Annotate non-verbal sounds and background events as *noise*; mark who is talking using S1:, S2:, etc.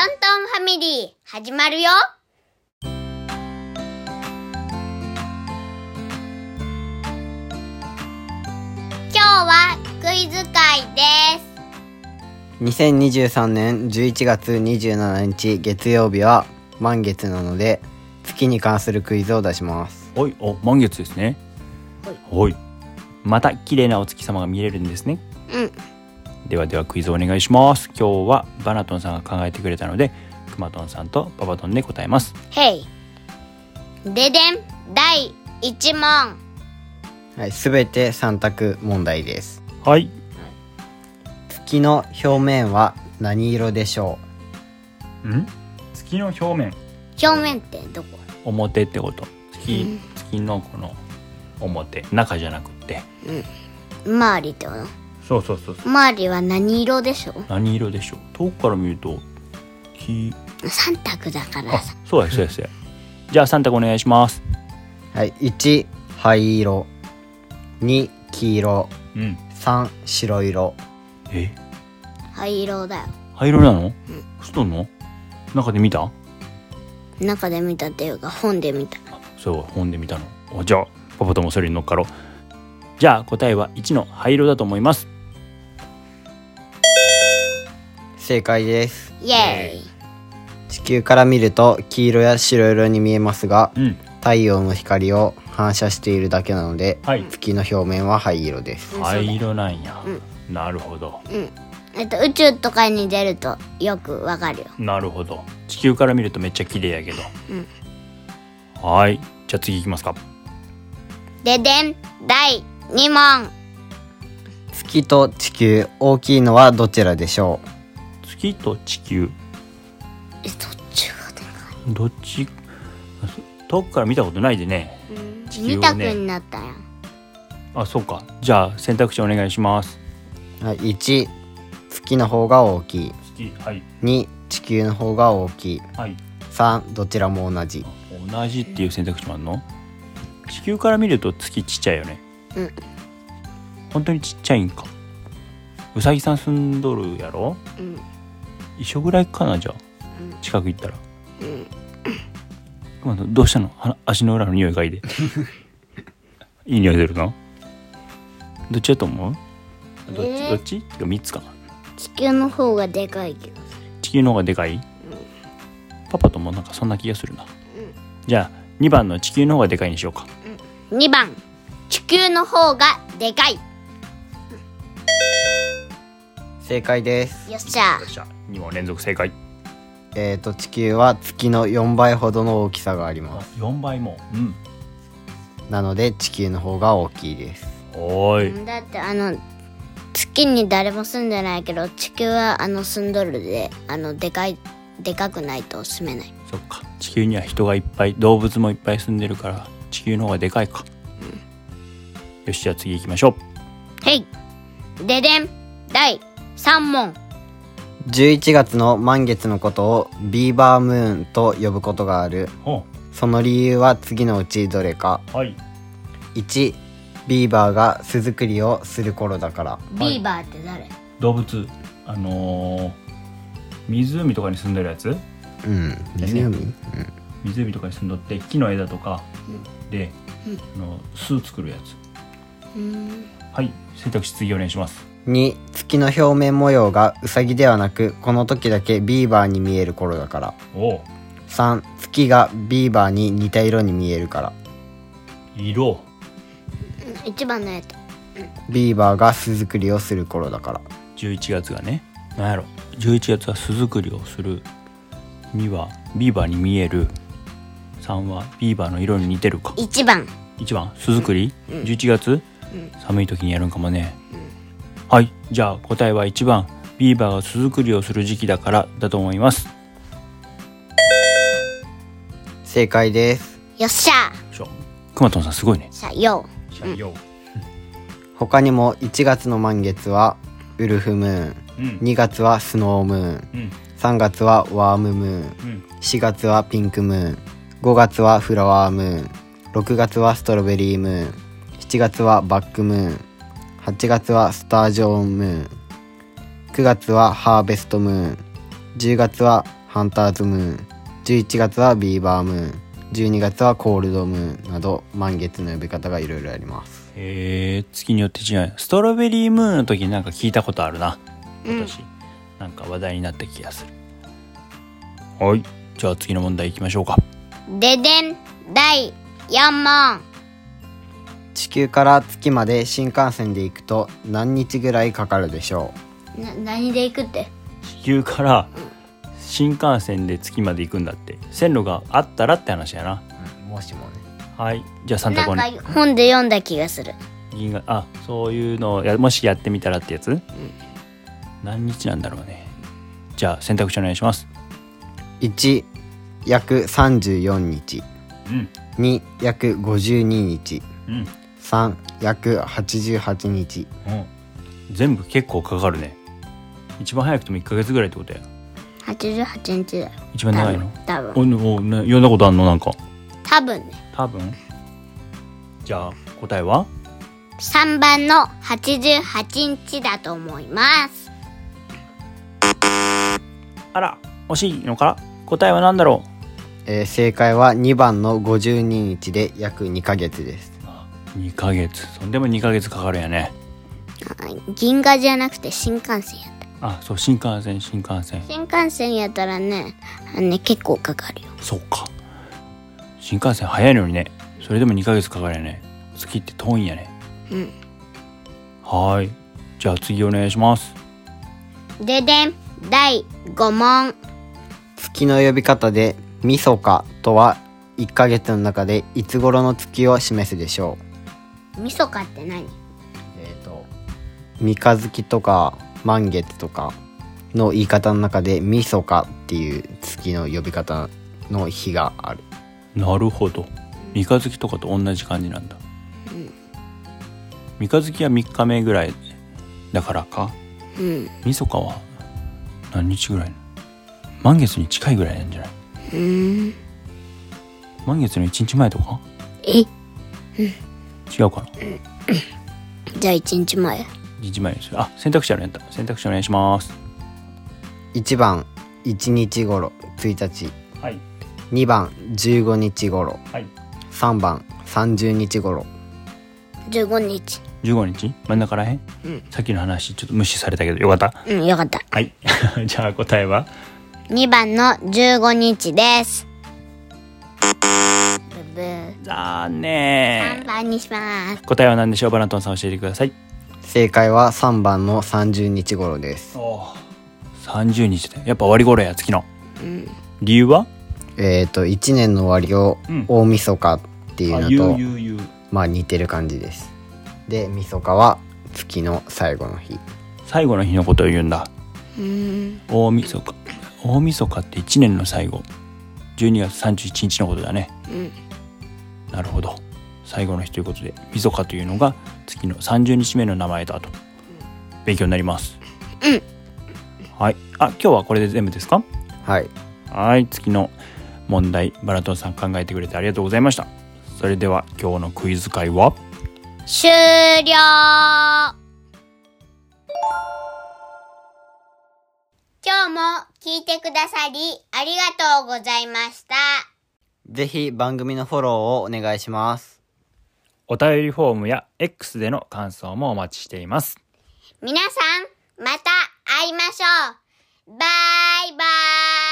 S1: ァミリー始まるよ今日はクイズ会です
S2: 2023年11月27日月曜日は満月なので月に関するクイズを出します
S3: おいお満月ですねおいまた綺麗なお月様が見れるんですね
S1: うん
S3: ではではクイズお願いします今日はバナトンさんが考えてくれたのでくまとんさんとパパトンで答えます
S1: へいででん第一問
S2: はい、全て3択問題です
S3: はい
S2: 月の表面は何色でしょ
S3: ん月の表面
S1: 表面ってどこ
S3: 表ってこと月月のこの表中じゃなくって
S1: 周りってこと
S3: そうそうそうそう
S1: 周りは何色でしょ
S3: 何色でしょう遠くから見ると黄
S1: 三択だから
S3: あ
S1: さ
S3: そうやそうやそうやじゃあ三択お願いします
S2: うはい、1灰色2黄色
S3: うん
S2: 3白色
S3: え
S1: 灰色だよ
S3: 灰色なの外の中で見た
S1: 中で見たっていうか本で見た
S3: そう本で見たのおじゃあパパともそれに乗っかろうじゃあ答えは1の灰色だと思います
S2: 正解です
S1: イエーイ
S2: 地球から見ると黄色や白色に見えますが
S3: うん
S2: 太陽の光を反射しているだけなので
S3: はい
S2: 月の表面は灰色です
S3: 灰色なんや、なるほど
S1: えっと宇宙とかに出るとよくわかるよ
S3: なるほど地球から見るとめっちゃ綺麗やけど、はいじゃあ次いきますか
S1: ででん第2問
S2: 月と地球大きいのはどちらでしょう
S3: 月と地球
S1: えどっちがでか
S3: どっち遠くから見たことないでね
S1: い、うん、
S3: 地球をね
S1: 2択になったやん
S3: あそうかじゃあ選択肢お願いします
S2: はい1月の方が大きい
S3: 月はい
S2: 2地球の方が大きい
S3: はい
S2: 3どちらも同じ
S3: 同じっていう選択肢もあるの地球から見ると月ちっちゃいよね
S1: うん
S3: 本当にちっちゃいんかうさぎさん住んどるやろ
S1: うん
S3: 一緒ぐらいかなじゃあ
S1: う
S3: 近く行ったら
S1: うん
S3: 熊野どうしたのあ足の裏の匂いがいい
S1: *laughs*
S3: でいい匂い出るのどっちだと思うどっち、
S1: えー
S3: どっちてか3つかな
S1: 地球の方がでかいけどさ
S3: 地球の方がでかい、パパともなんかそんな気がするな、じゃあ2番の地球の方がでかいにしようか
S1: 2番地球の方がでかい
S2: 正解です
S1: よっしゃ
S3: よっしゃ2問連続正解
S2: えーと地球は月の4倍ほどの大きさがあります
S3: 4倍もうん
S2: なので地球の方が大きいです
S3: おーい
S1: だってあの月に誰も住んでないけど地球はあの住んどるであのでかいでかくないと住めない
S3: そっか地球には人がいっぱい動物もいっぱい住んでるから地球の方がでかいか、よしじゃあ次行きましょ
S1: へいででん第3問
S2: 11月の満月のことをビーバームーンと呼ぶことがある
S3: うほ
S2: その理由は次のうちどれか
S3: はい
S2: 1ビーバーが巣作りをする頃だから
S1: ビーバーって誰
S3: 動物あのー湖とかに住んでるやつ
S2: うん
S3: ですね
S2: 湖
S3: 湖とかに住んどって木の枝とかで、あの巣作るやつ
S1: うん
S3: はい選択肢次お願いします
S2: 2月の表面模様がウサギではなくこの時だけビーバーに見える頃だから
S3: おお
S2: 3月がビーバーに似た色に見えるから
S3: 色
S1: 一番のやつ
S2: ビーバーが巣作りをする頃だから
S3: 11月がねなんやろ11月は巣作りをする2はビーバーに見える3はビーバーの色に似てるか
S1: 一番
S3: 1番巣作り、11月、寒い時にやるんかもね、はいじゃあ答えは1番ビーバーが巣作りをする時期だからだと思いますよ
S2: 正解です
S1: よっしゃ
S3: いしょくまとんさんすごいね
S1: さよ
S2: 他にも1月の満月はウルフムーン
S3: うん
S2: 2月はスノームーン
S3: うん
S2: 3月はワームムーン
S3: うん
S2: 4月はピンクムーン5月はフラワームーン6月はストロベリームーン7月はバックムーン8月はスタージョーンムーン9月はハーベストムーン10月はハンターズムーン11月はビーバームーン12月はコールドムーンなど満月の呼び方がいろいろあります
S3: えー、月によって違うストロベリームーンの時になんか聞いたことあるな
S1: うん
S3: 今年、なんか話題になった気がするはいじゃあ次の問題いきましょうか
S1: ででん第4問
S2: 地球から月まで新幹線で行くと何日ぐらいかかるでしょ
S1: な何で行くって
S3: 地球から新幹線で月まで行くんだって線路があったらって話やな
S2: う、もしもね
S3: はいじゃあ3
S1: な
S3: 択
S1: んか
S3: ね
S1: 本で読んだ気がする
S3: 銀河あそういうのをやもしやってみたらってやつ、何日なんだろうねじゃあ選択肢お願いします
S2: 1約34日
S3: うん
S2: 2約52日
S3: うん
S2: 3約88日
S3: 全部結構かかるね一番早くても1ヶ月ぐらいってことや
S1: 88日だよ
S3: 一番長いの
S1: 多分
S3: おおね読んだことあんのなんか
S1: 多分ね
S3: 多分じゃあ答えは
S1: 3番の88日だと思います
S3: あら惜しいのか答えは何だろ
S2: えー正解は2番の52日で約2ヶ月です
S3: う2ヶ月そんでも2ヶ月かかるんやね
S1: あ銀河じゃなくて新幹線やった
S3: あそう新幹線新幹線
S1: 新幹線やったらねあのね結構かかるよ
S3: そうか新幹線早いのにねそれでも2ヶ月かかるんやね月って遠いんやね
S1: うん
S3: はーいじゃあ次お願いします
S1: ででん第5問
S2: 月の呼び方で「みそか」とは1ヶ月の中でいつ頃の月を示すでしょう
S1: みそかって何
S2: えっ、と三日月とか満月とかの言い方の中で「みそか」っていう月の呼び方の日がある
S3: なるほど三日月とかと同じ感じなんだ、三日月は3日目ぐらいだからか
S1: うん
S3: みそかは何日ぐらいなの満月に近いぐらいなんじゃない
S1: うん
S3: 満月の1日前とか
S1: え
S3: 違うかな
S1: じゃあ1日前
S3: 1日前にするあ選択肢あるやった選択肢お願いします
S2: 1番1日頃1日
S3: はい
S2: 2番15日頃
S3: はい
S2: 3番30日頃
S1: 15日
S3: 15日真ん中らへん、さっきの話ちょっと無視されたけどよかった
S1: うんよかった
S3: はい *laughs* じゃあ答えは
S1: 2番の15日ですブブー
S3: 残念
S1: 3番にします
S3: 答えは何でしょうバナトンさん教えてください
S2: 正解は3番の30日頃です
S3: 30日でやっぱ終わり頃や月の、理由は
S2: えっ、と1年の終わりを
S3: うん
S2: 大晦日っていうの
S3: ゆ
S2: と、
S3: うゆう
S2: まあ似てる感じですで晦日は月の最後の日
S3: 最後の日のことを言うんだ
S1: うん
S3: 大晦日大晦日って1年の最後12月31日のことだね
S1: うん
S3: なるほど最後の日ということで晦日というのが月の30日目の名前だと勉強になりますはいあ今日はこれで全部ですか
S2: はい
S3: はい月の問題バラトンさん考えてくれてありがとうございましたそれでは今日のクイズ会は
S1: 終了今日も聞いてくださりありがとうございました。
S2: ぜひ番組のフォローをお願いします
S3: お便りフォームや X での感想もお待ちしています
S1: 皆さん、また会いましょう。バイバイ。